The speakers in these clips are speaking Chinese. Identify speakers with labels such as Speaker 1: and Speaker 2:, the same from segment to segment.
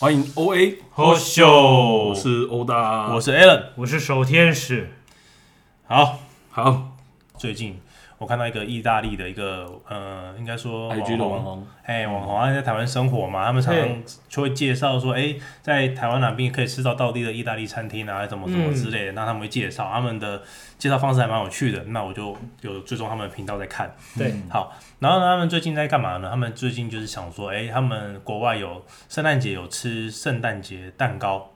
Speaker 1: 欢迎 O A，
Speaker 2: 好秀
Speaker 1: 我是欧大，
Speaker 2: 我是 Alan。
Speaker 3: 我是守天使，
Speaker 2: 好，
Speaker 1: 好
Speaker 2: 哦最近我看到一个意大利的一个呃，应该说
Speaker 1: ，IG 的网，红，
Speaker 2: 哎，网红啊，在台湾生活嘛，他们常常就会介绍说，哎，在台湾哪边可以吃到道地的意大利餐厅啊，怎么怎
Speaker 1: 嗯
Speaker 2: 么之类的。那他们会介绍他们的介绍方式还蛮有趣的，那我就有追踪他们的频道在看。嗯
Speaker 3: 对，
Speaker 2: 好，然后呢，他们最近在干嘛呢？他们最近就是想说，哎，他们国外有圣诞节有吃圣诞节蛋糕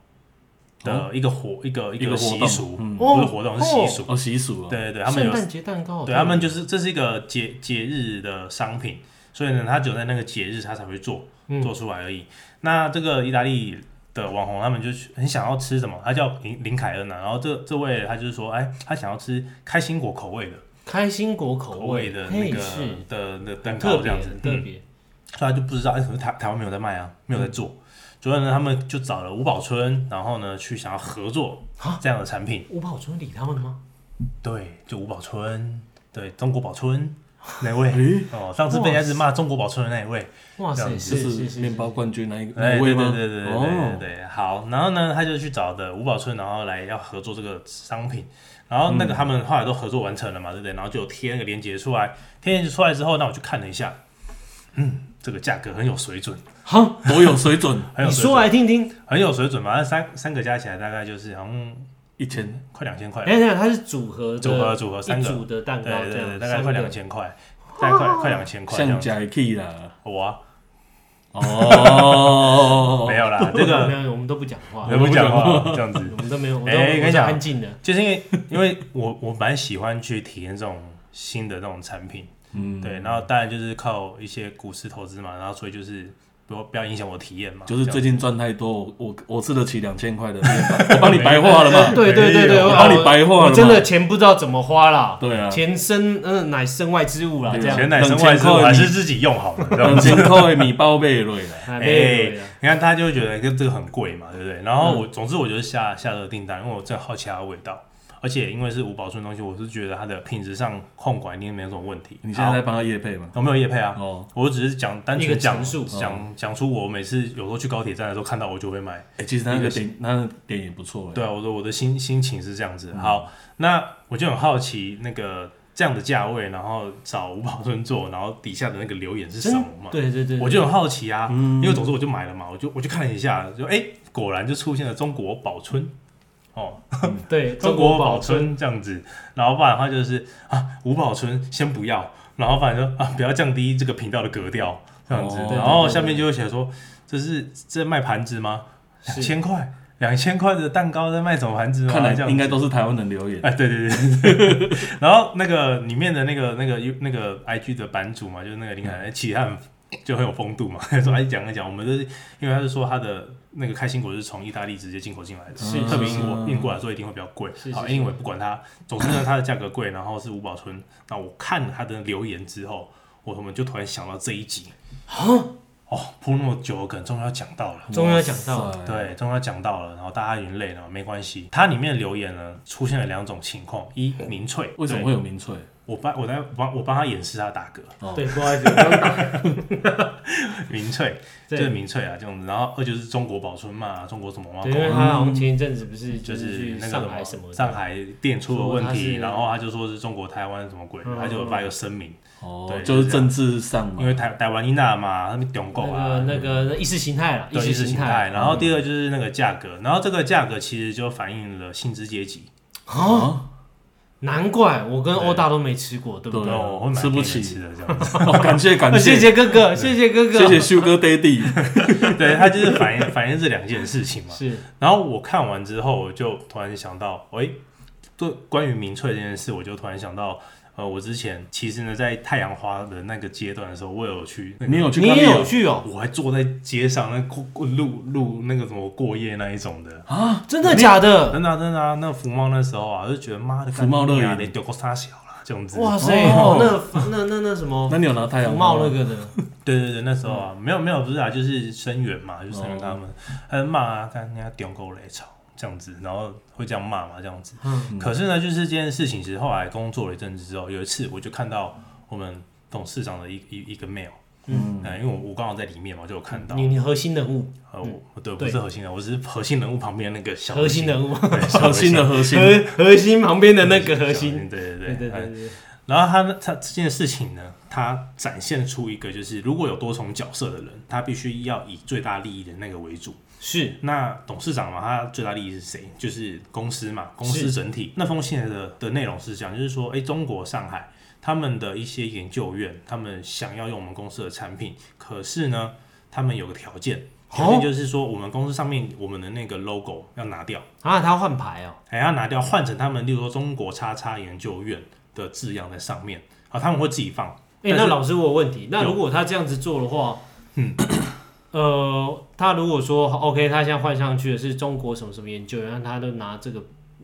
Speaker 2: 的一个活、一个
Speaker 1: 哦一个活
Speaker 2: 习
Speaker 1: 动
Speaker 2: 俗，
Speaker 1: 嗯
Speaker 2: 不是活动是习俗。
Speaker 1: 哦，习俗啊，
Speaker 2: 对对对，他们
Speaker 3: 哦圣
Speaker 2: 有
Speaker 3: 诞节蛋糕，
Speaker 2: 对他们就是这是一个节节日的商品，所以呢，他只有在那个节日他才会做
Speaker 3: 嗯
Speaker 2: 做出来而已。那这个意大利的网红他们就是很想要吃什么？他叫林林凯恩啊，然后这这位他就是说，哎，他想要吃开心果口味的
Speaker 3: 开心果口
Speaker 2: 口味的那
Speaker 3: 嘿
Speaker 2: 个
Speaker 3: 是
Speaker 2: 的的蛋
Speaker 3: 很
Speaker 2: 糕
Speaker 3: 特
Speaker 2: 这
Speaker 3: 别，
Speaker 2: 样子
Speaker 3: 很，特
Speaker 2: 嗯，
Speaker 3: 别，
Speaker 2: 所以他就不知道，哎，可是台台湾没有在卖啊，
Speaker 3: 嗯
Speaker 2: 没有在做。所以呢，他们就找了吴宝春，然后呢，去想要合作
Speaker 3: 啊
Speaker 2: 这样的产品。
Speaker 3: 五宝村理他们吗？
Speaker 2: 对，就吴宝春，对中国 宝春那位。
Speaker 1: 诶，
Speaker 2: 哦，上次被人家是骂中国宝春的那一位，
Speaker 3: 哇
Speaker 2: 这
Speaker 3: 塞，
Speaker 2: 样
Speaker 1: 就是
Speaker 3: 是
Speaker 1: 是
Speaker 3: 是
Speaker 1: 面包冠军那一个
Speaker 2: 哎，
Speaker 1: 那
Speaker 2: 对
Speaker 1: 位
Speaker 2: 对
Speaker 1: 吗？
Speaker 2: 对对对对对
Speaker 1: 哦，
Speaker 2: 对，好，然后呢，他就去找的吴宝春，然后来要合作这个商品，然后那个他们后来都合作完成了嘛，对不对？然后就有贴那个链接出来，贴链接出来之后，那我去看了一下，嗯，这个价格很有水准，
Speaker 3: 好，
Speaker 1: 多有水准，
Speaker 2: 很有
Speaker 3: 你
Speaker 2: 水
Speaker 3: 说
Speaker 1: 啊
Speaker 2: 准，
Speaker 3: 来听听。
Speaker 2: 很有水准嘛，那三三个加起来大概就是好像
Speaker 1: 一千，
Speaker 2: 快两千块，
Speaker 3: 哎，那它是组合的，
Speaker 2: 组合组合三
Speaker 3: 一
Speaker 2: 个
Speaker 3: 组的蛋
Speaker 2: 对
Speaker 3: 糕，
Speaker 2: 对
Speaker 3: 这
Speaker 2: 对，
Speaker 3: 样
Speaker 2: 大概快
Speaker 3: 三个
Speaker 2: 两千块，大概快快两千块这
Speaker 1: 像
Speaker 2: 样子，
Speaker 1: 假 key 啦，
Speaker 2: 我啊
Speaker 1: 哦，
Speaker 2: 没有啦，这
Speaker 3: 没有
Speaker 2: 个
Speaker 3: 没有，我们都不讲话，
Speaker 2: 我不讲话这样子。
Speaker 3: 我们都没有，我们都
Speaker 2: 哎跟你
Speaker 3: 我们是
Speaker 2: 讲
Speaker 3: 安静的。
Speaker 2: 就是因为因为我我蛮喜欢去体验这种新的这种产品，
Speaker 1: 嗯，
Speaker 2: 对，然后当然就是靠一些股市投资嘛，然后所以就是不要不要影响我体验嘛，
Speaker 1: 就是
Speaker 2: 这
Speaker 1: 最
Speaker 2: 样
Speaker 1: 近赚太多，我我我吃得起两千块的面包，我帮你白化了
Speaker 2: 哎
Speaker 1: 嘛，
Speaker 3: 对对对对，
Speaker 2: 我
Speaker 1: 我帮你白化了
Speaker 3: 我
Speaker 1: 嘛，
Speaker 3: 真的钱不知道怎么花啦，
Speaker 1: 对啊
Speaker 3: 钱身嗯乃身外之物啦，
Speaker 1: 对
Speaker 3: 这样
Speaker 2: 啊钱乃身外之物，
Speaker 1: 冷钱扣你
Speaker 2: 还是自己用好了，这样
Speaker 1: 两
Speaker 2: 子
Speaker 1: 千块米包贝瑞了，
Speaker 3: 哎没有
Speaker 2: 哎
Speaker 3: 没有，
Speaker 2: 你看他就会觉得这个很贵嘛，对不对？然后
Speaker 1: 嗯
Speaker 2: 我、总之我就是下下这个订单，因为我真的好奇它的味道，而且因为是无保存的东西，我是觉得它的品质上控管一定没有什么问题。
Speaker 1: 你现在在
Speaker 2: 好
Speaker 1: 帮他夜配吗？
Speaker 2: 我没有业配啊，
Speaker 1: 哦，
Speaker 2: 我只是讲单
Speaker 3: 一个
Speaker 2: 纯讲
Speaker 3: 陈述哦
Speaker 2: 讲讲出我每次有时候去高铁站的时候看到我就会买。
Speaker 1: 哎，其实他那个点，他那个点也不错，哎，
Speaker 2: 对啊，我说我的心心情是这样
Speaker 3: 嗯
Speaker 2: 子。好，那我就很好奇，那个这样的价位，然后找吴宝春做，然后底下的那个留言是什
Speaker 3: 真嗯
Speaker 2: 么嘛？
Speaker 3: 对对对，
Speaker 2: 我就很好奇啊，因为总之我就买了嘛，我就我就看了一下，就哎、果然就出现了中国宝春。哦，
Speaker 3: 对
Speaker 2: 中国宝
Speaker 3: 宝村
Speaker 2: 春这样子，然后不然的话就是啊，吴宝春先不要，然后反正啊，不要降低这个频道的格调这样子，
Speaker 1: 哦
Speaker 2: 然后下面就会写说，这是这卖盘子吗？两
Speaker 3: 是
Speaker 2: 千块，两千块的蛋糕在卖什么盘子吗？
Speaker 1: 看来
Speaker 2: 啊这样子
Speaker 1: 应该都是台湾人留言，
Speaker 2: 哎，对对对， 然后那个里面的那个那个那个 IG 的版主嘛，就是那个林凯恩，其实他很就很有风度嘛， 说哎讲一讲，我们就是因为他是说他的那个开心果是从意大利直接进口进来的，
Speaker 3: 是
Speaker 2: 特别
Speaker 1: 是
Speaker 2: 英国
Speaker 1: 是
Speaker 2: 运过来，所以一定会比较贵
Speaker 3: 是。是
Speaker 2: 好
Speaker 3: 是
Speaker 2: ，anyway 不管它，总之呢它的价格贵，然后是五宝村。那我看了他的留言之后，我们就突然想到这一集，哦，铺那么久的梗，终于要讲到了。
Speaker 3: 终于要讲到
Speaker 1: 哇
Speaker 3: 了
Speaker 1: 塞，
Speaker 2: 对，终于要讲到了，然后大家已经累了，没关系。它里面留言呢，出现了两种情况：
Speaker 3: 嗯
Speaker 2: 一，民粹，
Speaker 1: 为什么
Speaker 2: 对？
Speaker 1: 会有民粹？
Speaker 2: 我帮我在我帮我帮他演示他打嗝，
Speaker 1: 哦
Speaker 3: 对，不好意思，我刚 打，
Speaker 2: 民 粹就
Speaker 3: 对
Speaker 2: 是民粹啊这样子。然后二就是中国宝春嘛，中国什么嘛，
Speaker 3: 对，因为他好像前一阵子不是
Speaker 2: 哦就是是
Speaker 3: 去
Speaker 2: 那个
Speaker 3: 上海什
Speaker 2: 什
Speaker 3: 么
Speaker 2: 么
Speaker 3: 的
Speaker 2: 上海店出了问
Speaker 3: 说他
Speaker 2: 题，
Speaker 3: 是
Speaker 2: 然后他就说是中国台湾什么鬼的，
Speaker 3: 嗯
Speaker 2: 他就发一个声明，
Speaker 1: 哦
Speaker 2: 对，
Speaker 1: 就是政治上嘛
Speaker 2: 因，为台台湾伊娜嘛，他们中国啊，
Speaker 3: 那个那个那意识形态啦，
Speaker 2: 对
Speaker 3: 识
Speaker 2: 意识形态。
Speaker 3: 态嗯
Speaker 2: 然后第二就是那个价格，然后这个价格其实就反映了薪资阶级，
Speaker 3: 哦，
Speaker 1: 啊，
Speaker 3: 难怪我跟欧大都没吃过，对不
Speaker 1: 对
Speaker 3: 对？
Speaker 2: 然后我会买
Speaker 1: 吃不
Speaker 2: 别人
Speaker 1: 起
Speaker 2: 吃的这样子。
Speaker 1: 哦感谢感
Speaker 3: 啊谢
Speaker 1: 谢
Speaker 3: 谢哥哥，谢谢哥哥，
Speaker 1: 谢谢 Sugar Daddy，
Speaker 2: 对他就是反映反映这两件事情嘛。
Speaker 3: 是
Speaker 2: 然后我看完之后，我就突然想到，诶，对，关于民粹这件事，我就突然想到，呃，我之前其实呢，在太阳花的那个阶段的时候，我有去那个
Speaker 1: 你有去
Speaker 3: 你
Speaker 1: 看
Speaker 3: 也
Speaker 1: 没
Speaker 3: 有去哦？
Speaker 2: 我还坐在街上那过过路路那个什么过夜那一种的，
Speaker 1: 啊？
Speaker 3: 真的假 的？
Speaker 2: 真的啊、真的啊、那福猫那时候啊，就觉得妈的，
Speaker 1: 福猫乐园
Speaker 2: 你丢过沙小啦，这样子。
Speaker 3: 哇塞，
Speaker 1: 哦
Speaker 3: 那那那那什么
Speaker 1: 那你有拿太阳
Speaker 3: 福
Speaker 1: 花
Speaker 3: 茂
Speaker 1: 吗
Speaker 3: 那个的，
Speaker 2: 对对对，那时候啊，
Speaker 3: 嗯
Speaker 2: 没有没有，不是啊，就是声援嘛，就声援他们，
Speaker 3: 哦
Speaker 2: 他就骂啊，看人家丢狗雷吵这样子，然后会这样骂嘛，这样子。
Speaker 3: 嗯，
Speaker 2: 可是呢，就是这件事情，其实后来工作了一阵子之后，有一次我就看到我们董事长的一一一个 mail，嗯，因为我我刚好在里面嘛，就有看到。
Speaker 3: 你你核心人物，
Speaker 2: 呃，我对，不
Speaker 3: 对
Speaker 2: 是核心人物，我是核心人物旁边那个小
Speaker 3: 核心人物，核
Speaker 2: 对小
Speaker 1: 核心的核心，
Speaker 3: 核心旁边的那个
Speaker 2: 小
Speaker 3: 核心，
Speaker 2: 对对
Speaker 3: 对对
Speaker 2: 哎
Speaker 3: 对对，
Speaker 2: 然后他他这件事情呢，他展现出一个就是，如果有多重角色的人，他必须要以最大利益的那个为主。
Speaker 3: 是
Speaker 2: 那董事长嘛，他最大利益是谁？就是公司嘛，公司
Speaker 3: 是
Speaker 2: 整体。那封信的的内容是这样，就是说，哎、中国上海他们的一些研究院，他们想要用我们公司的产品，可是呢，他们有个条件，条件
Speaker 3: 哦
Speaker 2: 就是说，我们公司上面我们的那个 logo 要拿掉。
Speaker 3: 啊，他要换牌哦，
Speaker 2: 还要拿掉，换成他们，例如说中国叉叉研究院的字样在上面啊，他们会自己放。
Speaker 3: 哎，
Speaker 2: 但
Speaker 3: 那
Speaker 2: 是
Speaker 3: 老师我有问题，那如果他这样子做的话，嗯， 呃，他如果说 OK，他现在换上去的是中国什么什么研究员，然后他都拿这个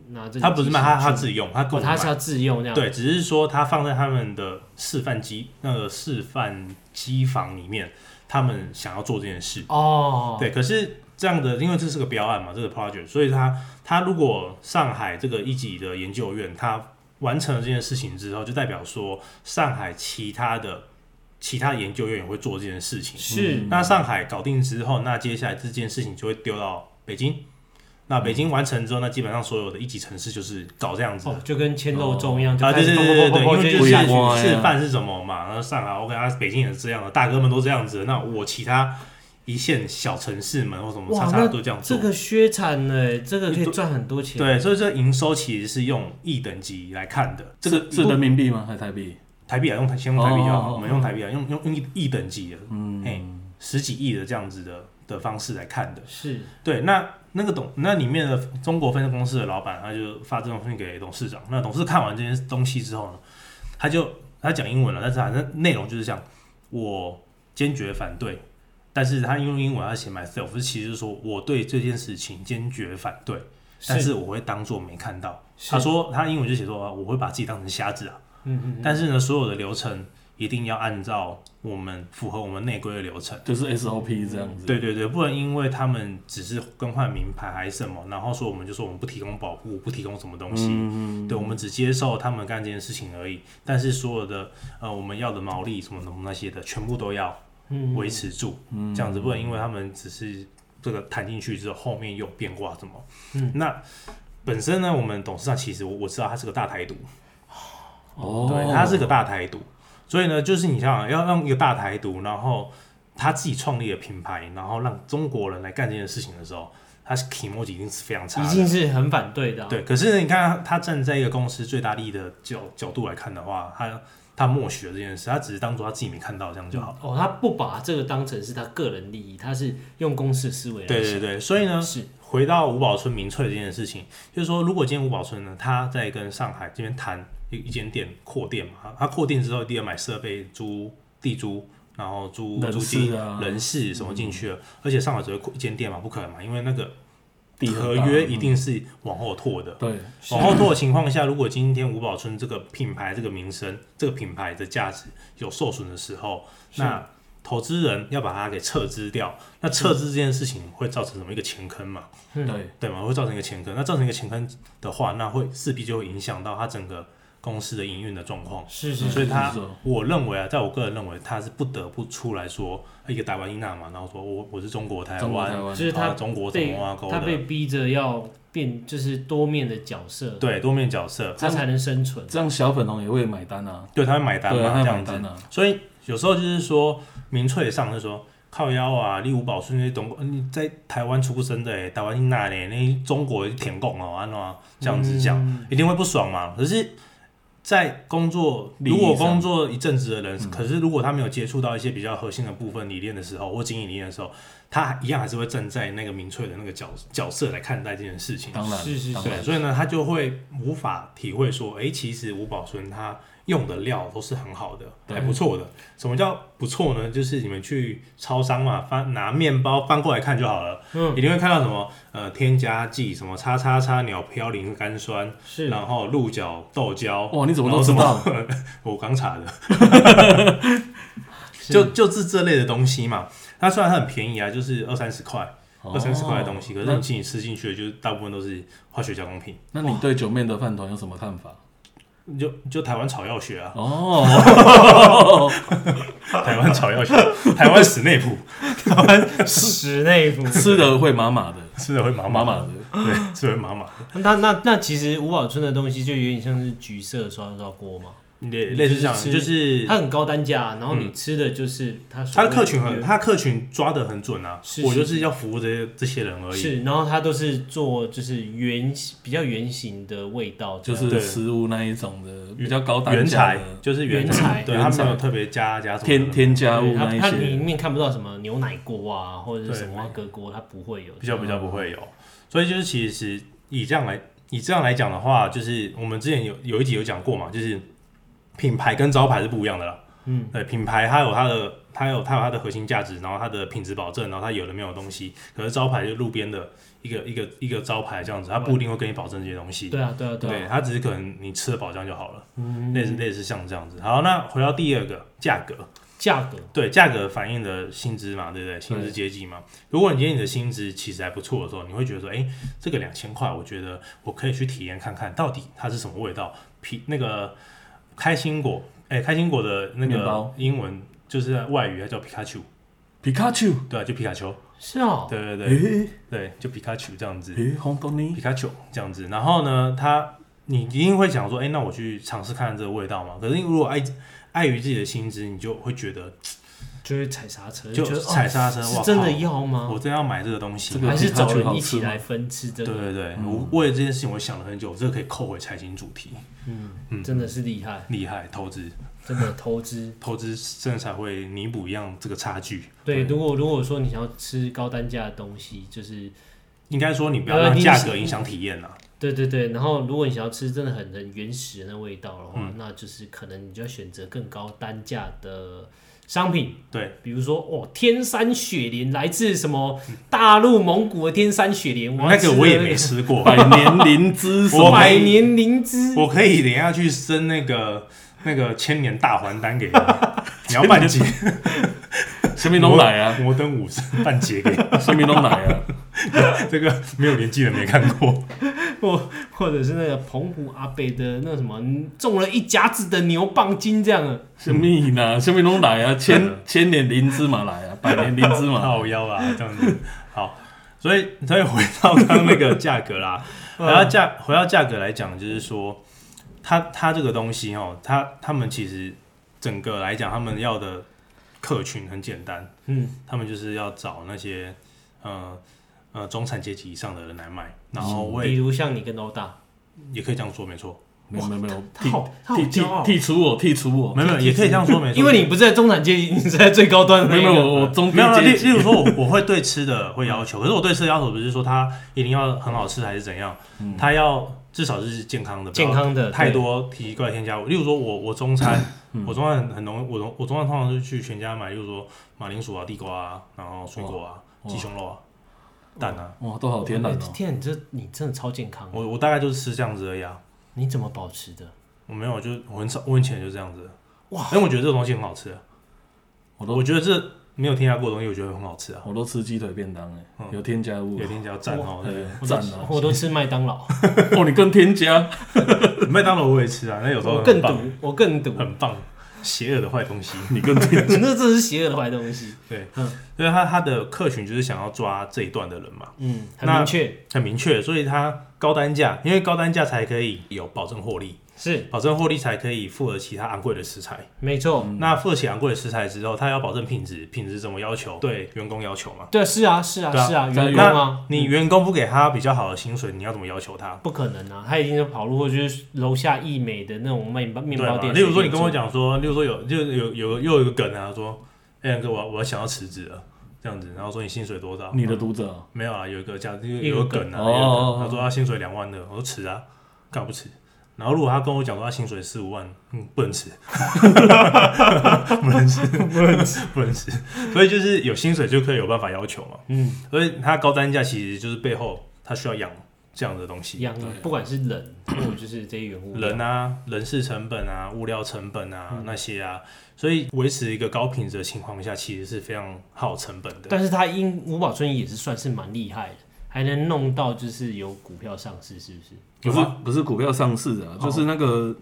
Speaker 3: 拿这个技术去，
Speaker 2: 他不是卖，他他自己用，他跟
Speaker 3: 哦，
Speaker 2: 我
Speaker 3: 他
Speaker 2: 们
Speaker 3: 是
Speaker 2: 买。
Speaker 3: 要自用这样，
Speaker 2: 对，只是说他放在他们的示范机那个示范机房里面，他们想要做这件事。
Speaker 3: 哦，
Speaker 2: 对，可是这样的，因为这是个标案嘛，这个 project，所以他他如果上海这个一级的研究院，他完成了这件事情之后，就代表说上海其他的其他研究院也会做这件事情。
Speaker 3: 是
Speaker 2: 那上海搞定之后，那接下来这件事情就会丢到北京。那北京完成之后，那基本上所有的一级城市就是搞这样子的。
Speaker 3: 哦，就跟牵肉粽一样，就
Speaker 2: 嗯啊，
Speaker 3: 开
Speaker 2: 对
Speaker 3: 始
Speaker 2: 对对对对，
Speaker 3: 砰砰砰砰
Speaker 2: 因为
Speaker 3: 砰
Speaker 2: 就是
Speaker 3: 接下
Speaker 1: 下
Speaker 3: 去
Speaker 1: 去
Speaker 2: 示范是什么嘛，然后上海 OK 啊，北京也是这样的，大哥们都这样子，那我其他一线小城市们或什么
Speaker 3: 哇
Speaker 2: 叉
Speaker 3: 那
Speaker 2: 叉都这样
Speaker 3: 这
Speaker 2: 做。
Speaker 3: 个削产呢，这个可以赚很多钱。
Speaker 2: 对，所以这营收其实是用亿等级来看的，这
Speaker 1: 这
Speaker 2: 个
Speaker 1: 个是人民币吗？还是台币？
Speaker 2: 台币啊，用台先用台币就好，
Speaker 1: 哦
Speaker 2: 我们用台币啊，用用用亿亿等级的，嗯，哎，十几亿的这样子的的方式来看的。
Speaker 3: 是
Speaker 2: 对，那那个董那里面的中国分公司的老板，他就发这封信给董事长。那董事看完这些东西之后呢，他就他讲英文了，但是反正内容就是这样，我坚决反对。但是他用英文他写 myself，是其实说我对这件事情坚决反对，但是我会当做没看到。
Speaker 3: 是
Speaker 2: 他说他英文就写说啊我会把自己当成瞎子啊，
Speaker 3: 嗯嗯，
Speaker 2: 但是呢，所有的流程一定要按照我们符合我们内规的流程。
Speaker 1: 就是 SOP 这样子。
Speaker 2: 对对对，不能因为他们只是更换名牌还是什么，然后说我们就说我们不提供保护，不提供什么东
Speaker 1: 嗯
Speaker 2: 西，对我们只接受他们干这件事情而已。但是所有的呃我们要的毛利什么什么那些的，全部都要维持住，
Speaker 1: 嗯
Speaker 2: 这样子不能因为他们只是这个谈进去之后，后面又变卦什么。嗯、那本身呢，我们董事长其实我我知道他是个大台独，
Speaker 1: 哦，
Speaker 2: 对，他是个大台独，所以呢，就是你想想要让一个大台独，然后他自己创立的品牌，然后让中国人来干这件事情的时候，他是 k i m o 一定是非常差
Speaker 3: 一
Speaker 2: 的。
Speaker 3: 定是很反对的啊。
Speaker 2: 对，可是呢你看他他站在一个公司最大利益的角角度来看的话，他他默许了这件事，他只是当做他自己没看到这样就好。
Speaker 3: 哦，他不把这个当成是他个人利益，他是用公司的思维来
Speaker 2: 对
Speaker 3: 想
Speaker 2: 对对，啊所以呢，
Speaker 3: 是
Speaker 2: 回到吴宝春民粹这件事情，就是说，如果今天吴宝春呢，他在跟上海这边谈一一间店扩店嘛，他他扩店之后，第二买设备、租地租，然后租
Speaker 1: 人
Speaker 2: 租金
Speaker 1: 事、啊嗯
Speaker 2: 人事什么进去了，而且上海只会扩一间店嘛，不可能嘛，因为那个
Speaker 1: 地很
Speaker 2: 合
Speaker 1: 大
Speaker 2: 约一定是往后拖的。
Speaker 1: 啊对，
Speaker 2: 往后拖的情况下，如果今天吴宝春这个品牌、这个名声、这个品牌的价值有受损的时候，
Speaker 3: 是
Speaker 2: 那投资人要把它给撤资掉，那撤资这件事情会造成什么一个前坑嘛？
Speaker 1: 对，
Speaker 2: 对嘛，会造成一个前坑。那造成一个前坑的话，那会势必就会影响到它整个公司的营运的状况。
Speaker 3: 是是
Speaker 2: 所以他
Speaker 1: 是是是，
Speaker 2: 我认为啊，在我个人认为，他是不得不出来说一个台湾英娜嘛，然后说我我是中国台
Speaker 1: 中国
Speaker 2: 湾，
Speaker 1: 台
Speaker 2: 啊
Speaker 1: 湾
Speaker 3: 就是他
Speaker 2: 中国怎
Speaker 3: 被
Speaker 2: 么啊勾
Speaker 3: 他
Speaker 2: 的，
Speaker 3: 被逼着要变，就是多面的角色，
Speaker 2: 对多面角色，
Speaker 3: 他才能生存。
Speaker 1: 这样小粉红也会买单啊，
Speaker 2: 对他会买单
Speaker 1: 对
Speaker 2: 嘛，
Speaker 1: 啊，他
Speaker 2: 这
Speaker 1: 会
Speaker 2: 样
Speaker 1: 买
Speaker 2: 子。
Speaker 1: 单啊，
Speaker 2: 所以有时候就是说，民粹上就说靠腰啊，立五宝顺那些懂，你在台湾出生的、欸，台湾英娜呢，那中国舔共哦，安啊这样子讲，一定会不爽嘛。可是，在工作
Speaker 1: 利益
Speaker 2: 如果
Speaker 1: 上
Speaker 2: 工作一阵子的人，
Speaker 1: 嗯
Speaker 2: 可是如果他没有接触到一些比较核心的部分理念的时候，或经营理念的时候，他一样还是会站在那个民粹的那个角角色来看待这件事情。
Speaker 1: 当然，
Speaker 3: 是是是
Speaker 1: 当
Speaker 2: 对，
Speaker 1: 然
Speaker 2: 所以呢，他就会无法体会说，哎、其实吴宝春他用的料都是很好的，
Speaker 1: 对
Speaker 2: 还不错的。什么叫不错呢？就是你们去超商嘛，翻拿面包翻过来看就好了，
Speaker 3: 嗯，
Speaker 2: 一定会看到什么呃添加剂，什么叉叉叉鸟嘌呤苷酸，
Speaker 3: 是
Speaker 2: 然后鹿角豆胶。
Speaker 1: 哇，你怎么
Speaker 2: 然
Speaker 1: 都
Speaker 2: 后
Speaker 1: 知
Speaker 2: 什
Speaker 1: 道？
Speaker 2: 么？我刚查的，
Speaker 3: 是
Speaker 2: 就就是这类的东西嘛。它虽然它很便宜啊，就是二三十块、
Speaker 1: 哦
Speaker 2: 二三十块的东西，可是你自己吃进去的，就是大部分都是化学加工品。
Speaker 1: 那你对九面的饭团有什么看法？
Speaker 2: 你就你就台湾草药学啊，
Speaker 1: 哦，
Speaker 2: 台湾草药学，台湾史内普，台湾
Speaker 3: 室内服。
Speaker 1: 吃的会麻麻的，
Speaker 2: 吃的会麻
Speaker 1: 麻
Speaker 2: 麻
Speaker 1: 麻
Speaker 2: 的，
Speaker 1: 的。
Speaker 2: 对，吃的会麻 麻的，
Speaker 3: 那那那其实五宝村的东西就有点像是橘色刷刷锅嘛，
Speaker 2: 类类似这样，
Speaker 3: 就是吃
Speaker 2: 就是
Speaker 3: 它很高单价，然后你吃的就是它所
Speaker 2: 他
Speaker 3: 谓
Speaker 2: 的客群
Speaker 3: 的
Speaker 2: 很，他的客群抓的很准啊，
Speaker 3: 是
Speaker 2: 我
Speaker 3: 是
Speaker 2: 就是要服务这些这些人而已。
Speaker 3: 是，然后它都是做就是圆比较圆形的味道这
Speaker 1: 就
Speaker 3: 样，
Speaker 1: 是
Speaker 2: 对
Speaker 1: 食物那一种的比较高单
Speaker 2: 原
Speaker 1: 价
Speaker 2: 材
Speaker 1: 的
Speaker 2: 就是
Speaker 3: 原材
Speaker 2: 材，对
Speaker 1: 原
Speaker 2: 他
Speaker 1: 材
Speaker 2: 没有特别加加什么的
Speaker 1: 添添加
Speaker 3: 对
Speaker 1: 物
Speaker 3: 它
Speaker 1: 那一
Speaker 3: 它里
Speaker 1: 些，
Speaker 3: 面看不到什么牛奶锅啊，或者是
Speaker 2: 对
Speaker 3: 什么蛙哥锅，它不会有
Speaker 2: 比较比较不会有。所以就是其实以这样来以这样来讲的话，就是我们之前有有一集有讲过嘛，就是品牌跟招牌是不一样的啦。
Speaker 3: 嗯，
Speaker 2: 对，品牌它有它的它有它有它的核心价值，然后它的品质保证，然后它有的没有的东西。可是招牌就路边的一个一个一个招牌这样子，它不一定会跟你保证这些东西。
Speaker 3: 对啊对啊嗯对
Speaker 2: 对，
Speaker 3: 啊，
Speaker 2: 它只是可能你吃了饱这样就好了，类似类似像这样子。好，那回到第二个价格，
Speaker 3: 价格
Speaker 2: 对，价格反映的薪资嘛，对不对？薪资阶级嘛。如果你今天你的薪资其实还不错的时候，你会觉得说，哎，这个两千块，我觉得我可以去体验看看，到底它是什么味道。皮那个开心果，哎，开心果的那
Speaker 1: 面
Speaker 2: 个
Speaker 1: 包
Speaker 2: 英文就是外语它叫皮卡丘，
Speaker 1: 皮卡丘，
Speaker 2: 对、啊，就皮卡丘，
Speaker 3: 是哦，
Speaker 2: 对对对
Speaker 1: 诶
Speaker 2: 对，就皮卡丘这样子。
Speaker 1: 诶，红豆泥
Speaker 2: 皮，卡丘这样子。然后呢，他你一定会想说，哎、那我去尝试看看这个味道嘛。可是如果碍碍于自己的薪资，你就会觉得
Speaker 3: 就会踩刹车，
Speaker 2: 就
Speaker 3: 觉得
Speaker 2: 踩刹车，
Speaker 3: 哦
Speaker 2: 哇
Speaker 3: 是真
Speaker 2: 靠
Speaker 3: 的要吗？
Speaker 2: 我真要买这个东西
Speaker 1: 这
Speaker 2: 吗。
Speaker 1: 个
Speaker 3: 还是找
Speaker 1: 皮卡丘
Speaker 3: 人
Speaker 1: 好
Speaker 3: 一
Speaker 1: 吃
Speaker 3: 起
Speaker 1: 吗
Speaker 3: 来分吃这
Speaker 2: 对
Speaker 3: 个，
Speaker 2: 对对，我为了这件事情我想了很久，这个可以扣回财经主题，
Speaker 3: 嗯，真的是厉害，
Speaker 2: 厉害，投资
Speaker 3: 真的 投资。
Speaker 2: 投资真的才会弥补一样这个差距。
Speaker 3: 对，如果如果说你想要吃高单价的东西，就是
Speaker 2: 应该说你不要
Speaker 3: 呃
Speaker 2: 让
Speaker 3: 你
Speaker 2: 价
Speaker 3: 是
Speaker 2: 格影响体验啊啦。
Speaker 3: 对对对，然后如果你想要吃真的很很原始的那味道的话，那就是可能你就要选择更高单价的商品，
Speaker 2: 对，
Speaker 3: 比如说哦，天山雪莲来自什么大陆蒙古的天山雪莲，我要
Speaker 2: 哦那个我也
Speaker 3: 吃的
Speaker 2: 没吃 过，
Speaker 1: 百年灵芝什
Speaker 2: 我
Speaker 1: 么
Speaker 3: 百年灵芝，
Speaker 2: 我可以等一下去升那个那个千年大还丹给你， 你要半截，
Speaker 1: 什么拢来啊，
Speaker 2: 摩登武士半截给你，
Speaker 1: 什么拢来啊，
Speaker 2: 这个没有年纪的没看过。
Speaker 3: 或或者是那个澎湖阿北的那什么中了一甲子的牛蒡金这样啊的，
Speaker 1: 什么呢？什么拢来啊，千千年灵芝嘛来啊，百年灵芝 嘛，
Speaker 2: 靠腰啊，这样子。好，所以所以回到刚刚那个价格 啦，
Speaker 3: 嗯
Speaker 2: 回到价回到价格来讲，就是说，它它这个东西哦，它他们其实整个来讲，他们要的客群很简单，
Speaker 3: 嗯，
Speaker 2: 他们就是要找那些呃呃中产阶级以上的人来买，然后
Speaker 3: 嗯比
Speaker 2: 为
Speaker 3: 如像你跟欧大，
Speaker 2: 也可以这样说，没错，
Speaker 1: 没有没有没有，
Speaker 3: 他好他好
Speaker 1: 剔剔
Speaker 3: 骄傲
Speaker 1: 剔剔除我，剔除我，
Speaker 2: 没有没有也可以这样说，没错，
Speaker 3: 哦因为你不是在中产阶级，你是在最高端的
Speaker 1: 没
Speaker 3: 那
Speaker 1: 有没有
Speaker 3: 个。
Speaker 1: 我中
Speaker 2: 没有
Speaker 1: 间
Speaker 2: 啦，例
Speaker 1: 阶级
Speaker 2: 例如说我，我会对吃的会要求，可是我对吃的要求不是说它一定要很好吃还是怎样，它要至少是健康的，不要
Speaker 3: 嗯健康的嗯
Speaker 2: 太多奇怪添加物。例如说我我中餐，我中餐很很容易，我中我中餐通常是去全家买，例如说马铃薯啊、地瓜啊，然后水果啊、鸡胸肉啊、蛋啊，
Speaker 1: 哇，都好天然哦，
Speaker 3: 天啊，你这你真的超健康，
Speaker 2: 我我大概就是吃这样子而已啊。
Speaker 3: 你怎么保持的？
Speaker 2: 我没有，就是我很少，我以前就这样子。
Speaker 3: 哇，
Speaker 2: 因为我觉得这个东西很好吃啊，
Speaker 1: 我都
Speaker 2: 我觉得这没有添加过的东西，我觉得很好吃啊，
Speaker 1: 我都吃鸡腿便当哎
Speaker 2: 嗯，
Speaker 1: 有添加物
Speaker 2: 有，添加赞哦，对不对
Speaker 1: 对，
Speaker 3: 我都
Speaker 1: 赞
Speaker 3: 吃
Speaker 1: 啊！
Speaker 3: 我都吃麦当劳，
Speaker 1: 哦，你更添加，
Speaker 2: 麦当劳我也吃啊，那 有时候很
Speaker 3: 我哦更
Speaker 2: 棒
Speaker 3: 毒，我更毒，
Speaker 2: 很棒，邪恶的坏 东西。
Speaker 1: 你更添加。
Speaker 3: 那 这是邪恶的坏东西。
Speaker 2: 对，
Speaker 3: 嗯
Speaker 2: 所以他他的客群就是想要抓这一段的人嘛，
Speaker 3: 嗯，很
Speaker 2: 那
Speaker 3: 明确，
Speaker 2: 很明确，所以他高单价，因为高单价才可以有保证获利，
Speaker 3: 是
Speaker 2: 保证获利才可以付得起他昂贵的食材。
Speaker 3: 没错。
Speaker 2: 那付得起昂贵的食材之后，他要保证品质，品质怎么要求？对员工要求嘛。
Speaker 3: 对，是啊，是啊，
Speaker 2: 对啊
Speaker 3: 是啊，
Speaker 1: 在
Speaker 3: 员工啊
Speaker 2: 那，你员工不给他比较好的薪水，你要怎么要求他？
Speaker 3: 不可能啊，他一定是跑路，或者就是楼下一美的那种面包面
Speaker 2: 对
Speaker 3: 包
Speaker 2: 吧？
Speaker 3: 店。
Speaker 2: 例如说，你跟我，讲说，例如说有就有有又有一个梗啊，说，哎、杨哥，我我想要辞职了，这样子，然后说你薪水多少？
Speaker 1: 你的读者哦
Speaker 2: 没有啊，有一个这样，有
Speaker 3: 一个
Speaker 2: 有个梗啊，
Speaker 1: 梗
Speaker 2: 有一个
Speaker 1: 哦
Speaker 2: 梗他说他薪水两万的，我说吃啊，干嘛不吃？然后如果他跟我讲说他薪水四五万，嗯，不能吃， 不能吃，不能吃，不能吃。所以就是有薪水就可以有办法要求嘛。
Speaker 3: 嗯，
Speaker 2: 所以他高单价其实就是背后他需要养这样的东西，
Speaker 3: 养啊不管是人，或者就是这些原物料
Speaker 2: 人啊、人事成本啊、物料成本啊、那些啊，所以维持一个高品质的情况下，其实是非常耗成本的。
Speaker 3: 但是他因五宝村也是算是蛮厉害的，还能弄到就是有股票上市，是不是？
Speaker 1: 不
Speaker 2: 有
Speaker 1: 是
Speaker 2: 吗
Speaker 1: 不是股票上市的啊，就是那个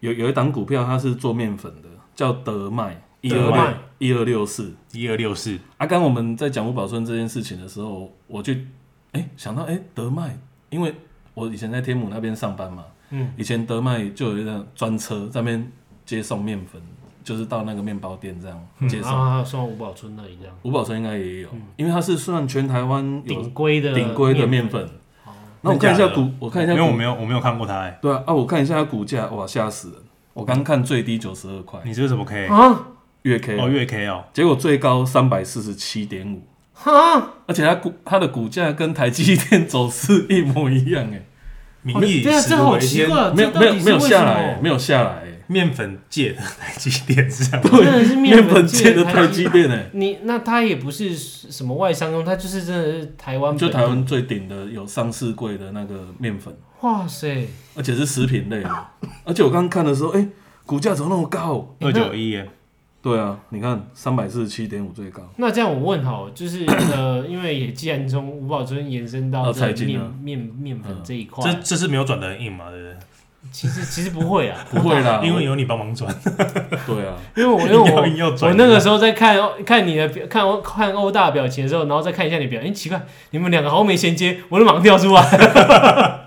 Speaker 1: 有有一档股票，它是做面粉的，叫德麦一
Speaker 2: 德
Speaker 3: 麦
Speaker 1: 二一二六四。
Speaker 2: 一二六四，
Speaker 1: 啊，刚我们在讲吴宝顺这件事情的时候，我就哎、想到哎、德麦，因为我以前在天母那边上班嘛，
Speaker 3: 嗯，
Speaker 1: 以前德麦就有一辆专车在那边接送面粉，就是到那个面包店这样接
Speaker 3: 然
Speaker 1: 送。
Speaker 3: 后还有送五宝村那里这样
Speaker 1: 吴宝顺应该也有，因为它是算全台湾有
Speaker 3: 顶规的
Speaker 1: 顶规的面粉。那我看一下股，我看一下
Speaker 2: 因为我
Speaker 1: 股，
Speaker 2: 啊没有我没有看过它、欸，
Speaker 1: 对啊，啊，我看一下它股价，哇，吓死人！我刚看最低九十二块
Speaker 2: 你这是什么 K？
Speaker 3: 啊
Speaker 1: 月 K，
Speaker 2: 哦，月 K 哦，
Speaker 1: 结果最高三百四十七点五，
Speaker 3: 哈，
Speaker 1: 而且它股它的股价跟台积电走势一模一样哎、
Speaker 2: 民
Speaker 3: 对
Speaker 2: 以
Speaker 3: 啊，
Speaker 2: 食
Speaker 3: 这好
Speaker 2: 为
Speaker 3: 奇
Speaker 2: 天，
Speaker 3: 怪，
Speaker 1: 没有
Speaker 3: 这
Speaker 1: 没
Speaker 3: 到
Speaker 1: 有
Speaker 3: 底是
Speaker 1: 没有
Speaker 3: 为
Speaker 1: 下
Speaker 3: 什
Speaker 1: 来、
Speaker 3: 么
Speaker 1: 没有下来、欸，
Speaker 2: 面粉界的台积电是这样吗。
Speaker 3: 真的是面
Speaker 1: 面粉界的
Speaker 3: 台
Speaker 1: 台积电哎、
Speaker 3: 你那它也不是什么外商用，它就是真的是台湾本
Speaker 1: 就
Speaker 3: 地
Speaker 1: 台湾最顶的有上市柜的那个面粉，
Speaker 3: 哇塞，
Speaker 1: 而且是食品类 的，而且我刚看的时候，哎、股价怎么那么高？
Speaker 2: 二九一哎耶，
Speaker 1: 对啊，你看三百四十七点五最高，
Speaker 3: 那这样我问好，就是 呃，因为也既然从五宝村延伸到
Speaker 1: 到
Speaker 3: 这
Speaker 1: 菜
Speaker 3: 个
Speaker 1: 金
Speaker 3: 面
Speaker 1: 了
Speaker 3: 面面
Speaker 1: 嗯
Speaker 3: 粉这一块，
Speaker 2: 这这是没有转的很硬嘛，对不对？
Speaker 3: 其实其实不会啊，
Speaker 1: 不会 啦，
Speaker 2: 因为有你帮忙转，
Speaker 1: 对啊，
Speaker 3: 因 为我因为
Speaker 2: 硬要硬
Speaker 3: 我
Speaker 2: 要转
Speaker 3: 我那个时候在看看你的表看欧看欧大表情的时候，然后再看一下你表情，哎、奇怪，你们两个好像没衔接，我都马上跳出来。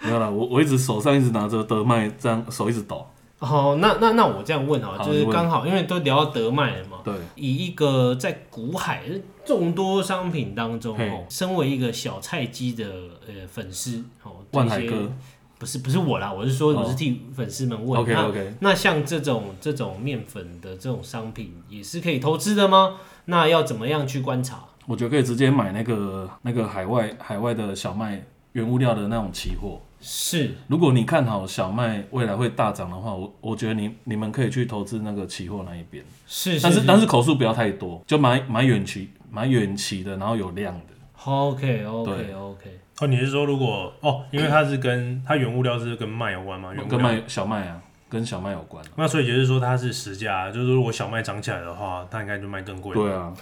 Speaker 1: 没有啦，我我一直手上一直拿着德麦，这样手一直抖，
Speaker 3: 好，那那那我这样问啊，
Speaker 1: 好
Speaker 3: 就是
Speaker 1: 你问
Speaker 3: 刚好因为都聊到德麦了嘛，
Speaker 1: 对，
Speaker 3: 以一个在股海众多商品当中
Speaker 1: 嘿
Speaker 3: 哦，身为一个小菜鸡的呃粉丝哦，这
Speaker 1: 万海
Speaker 3: 些
Speaker 1: 哥
Speaker 3: 不是不是我啦，我是说
Speaker 1: 哦
Speaker 3: 我是替粉丝们问。
Speaker 1: ，OK
Speaker 3: 那
Speaker 1: OK，
Speaker 3: 那像这种这种面粉的这种商品也是可以投资的吗？那要怎么样去观察？
Speaker 1: 我觉得可以直接买那个那个海外海外的小麦原物料的那种期货。
Speaker 3: 是
Speaker 1: 如果你看好小麦未来会大涨的话，我我觉得你你们可以去投资那个期货那一边，
Speaker 3: 是
Speaker 1: 但
Speaker 3: 是
Speaker 1: 是但是口数不要太多，就买买远期买远期的，然后有量的。
Speaker 3: ，OK OK
Speaker 1: 对
Speaker 3: OK，
Speaker 2: 哦，你是说如果哦，因为它是跟它原物料是跟麦有关嘛，原物
Speaker 1: 跟
Speaker 2: 料。
Speaker 1: 麦小麦啊，跟小麦有关。
Speaker 2: 那所以就是说它是实价，就是如果小麦涨起来的话，它应该就卖更贵。
Speaker 1: 对啊，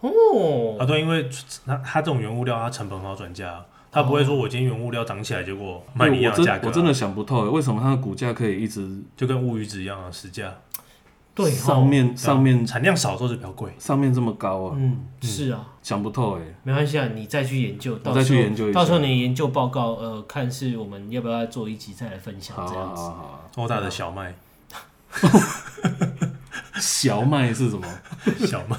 Speaker 3: 哦，
Speaker 2: 啊，对，因为它它这种原物料它成本很好转嫁，它不会说我今天原物料涨起来，结果卖你一
Speaker 1: 我
Speaker 2: 样的价
Speaker 1: 真
Speaker 2: 格啊、
Speaker 1: 我真的想不透，为什么它的股价可以一直
Speaker 2: 就跟乌鱼子一样啊，实价
Speaker 3: 对
Speaker 1: 上
Speaker 3: 哦，
Speaker 1: 面上面
Speaker 2: 产量少都是比较贵。
Speaker 1: 上面这么高啊？
Speaker 3: 嗯，是啊，
Speaker 1: 想不透哎。
Speaker 3: 没关系啊，你再去研究，到
Speaker 1: 再
Speaker 3: 时
Speaker 1: 去
Speaker 3: 候
Speaker 1: 研究一
Speaker 3: 到时候
Speaker 1: 下
Speaker 3: 你的研究报告，呃，看是我们要不要再做一集再来分享
Speaker 1: 好啊
Speaker 3: 这
Speaker 1: 好
Speaker 3: 样
Speaker 1: 啊
Speaker 3: 子。
Speaker 1: 好啊，
Speaker 2: 欧哦大的小 麦，
Speaker 1: 小麦是 什么？
Speaker 2: 小麦，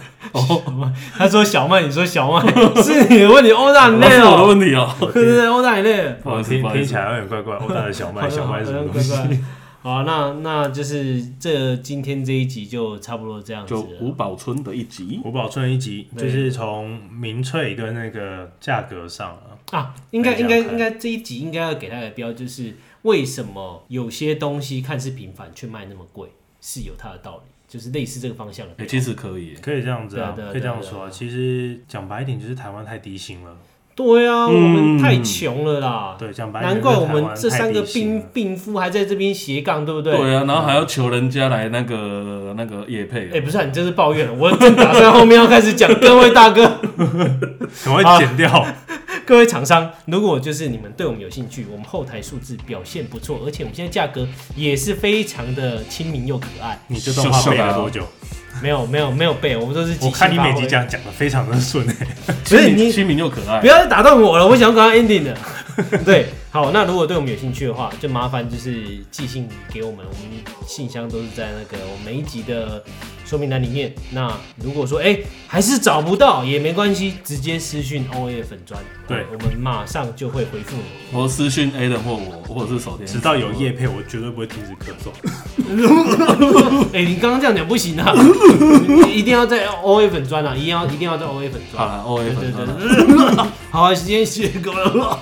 Speaker 3: 他说小麦，你说 小麦是你的问题，欧大你啊累
Speaker 1: 是我的
Speaker 3: 了，
Speaker 1: 问题 哦。
Speaker 3: 对对对，欧大你累了，
Speaker 1: 不好意思
Speaker 2: 哦听
Speaker 1: 不好意
Speaker 2: 听
Speaker 1: 思
Speaker 2: 起来有点怪怪。欧哦 大的小麦，小麦是什么东
Speaker 3: 好像
Speaker 2: 西？
Speaker 3: 怪怪好，那那就是这今天这一集就差不多这样子
Speaker 1: 就
Speaker 3: 了。
Speaker 1: 吴宝春的一集，
Speaker 2: 五宝村一集
Speaker 3: 对
Speaker 2: 就是从民粹跟那个价格上啊，
Speaker 3: 啊，应该
Speaker 2: 等
Speaker 3: 应
Speaker 2: 一下
Speaker 3: 该
Speaker 2: 看
Speaker 3: 应该这一集应该要给他的标就是为什么有些东西看似平凡却卖那么贵，是有它的道理，就是类似这个方向的标。
Speaker 1: 哎，其实可以耶。
Speaker 2: 可以这样子啊，
Speaker 3: 对啊对啊
Speaker 2: 可以这样
Speaker 3: 对啊
Speaker 2: 说啊。
Speaker 3: 对啊
Speaker 2: 其实讲白一点，就是台湾太低薪了。
Speaker 3: 对啊，我们
Speaker 1: 嗯
Speaker 3: 太穷了啦，
Speaker 2: 对，讲白一点，
Speaker 3: 难怪
Speaker 2: 就
Speaker 3: 我
Speaker 2: 是台
Speaker 3: 们
Speaker 2: 湾
Speaker 3: 这三个
Speaker 2: 太低薪
Speaker 3: 病
Speaker 2: 了
Speaker 3: 病夫还在这边斜杠，对不对？
Speaker 1: 对啊，然后还要求人家来那个那个叶配
Speaker 3: 哎、
Speaker 1: 啊，
Speaker 3: 不是、啊，你这是抱怨了，我正打算后面要开始讲，各位大哥。
Speaker 2: 赶快剪掉。
Speaker 3: 各位厂商，如果就是你们对我们有兴趣，我们后台数字表现不错，而且我们现在价格也是非常的亲民又可爱。
Speaker 2: 你这段话背了多久？
Speaker 3: 没有没有没有背，我们都是即
Speaker 2: 我
Speaker 3: 兴
Speaker 2: 看你每
Speaker 3: 发
Speaker 2: 集
Speaker 3: 挥，
Speaker 2: 讲讲的非常的顺哎。
Speaker 3: 不是你
Speaker 1: 亲民又可爱
Speaker 3: 不。要再打断我了，我想要刚刚 ending 的。 对，好，那如果对我们有兴趣的话，就麻烦就是寄信给我们，我们信箱都是在那个我们每一集的说明栏里面。那如果说哎、还是找不到也没关系，直接私讯 O A 粉砖，
Speaker 2: 对
Speaker 3: 我们马上就会回复你。
Speaker 1: 我私讯 A 人或我，或者是手电，
Speaker 2: 直到有叶配，我绝对不会停止咳嗽。
Speaker 3: 哎、你刚刚这样讲不行啊，你一定要在 O A 粉砖啊，一定要一定要在 O A 粉
Speaker 1: 好
Speaker 3: 砖。
Speaker 1: 了，O A
Speaker 3: 对对
Speaker 1: 粉
Speaker 3: 对
Speaker 1: 砖啊，
Speaker 3: 对，好啊，时间谢谢各位了。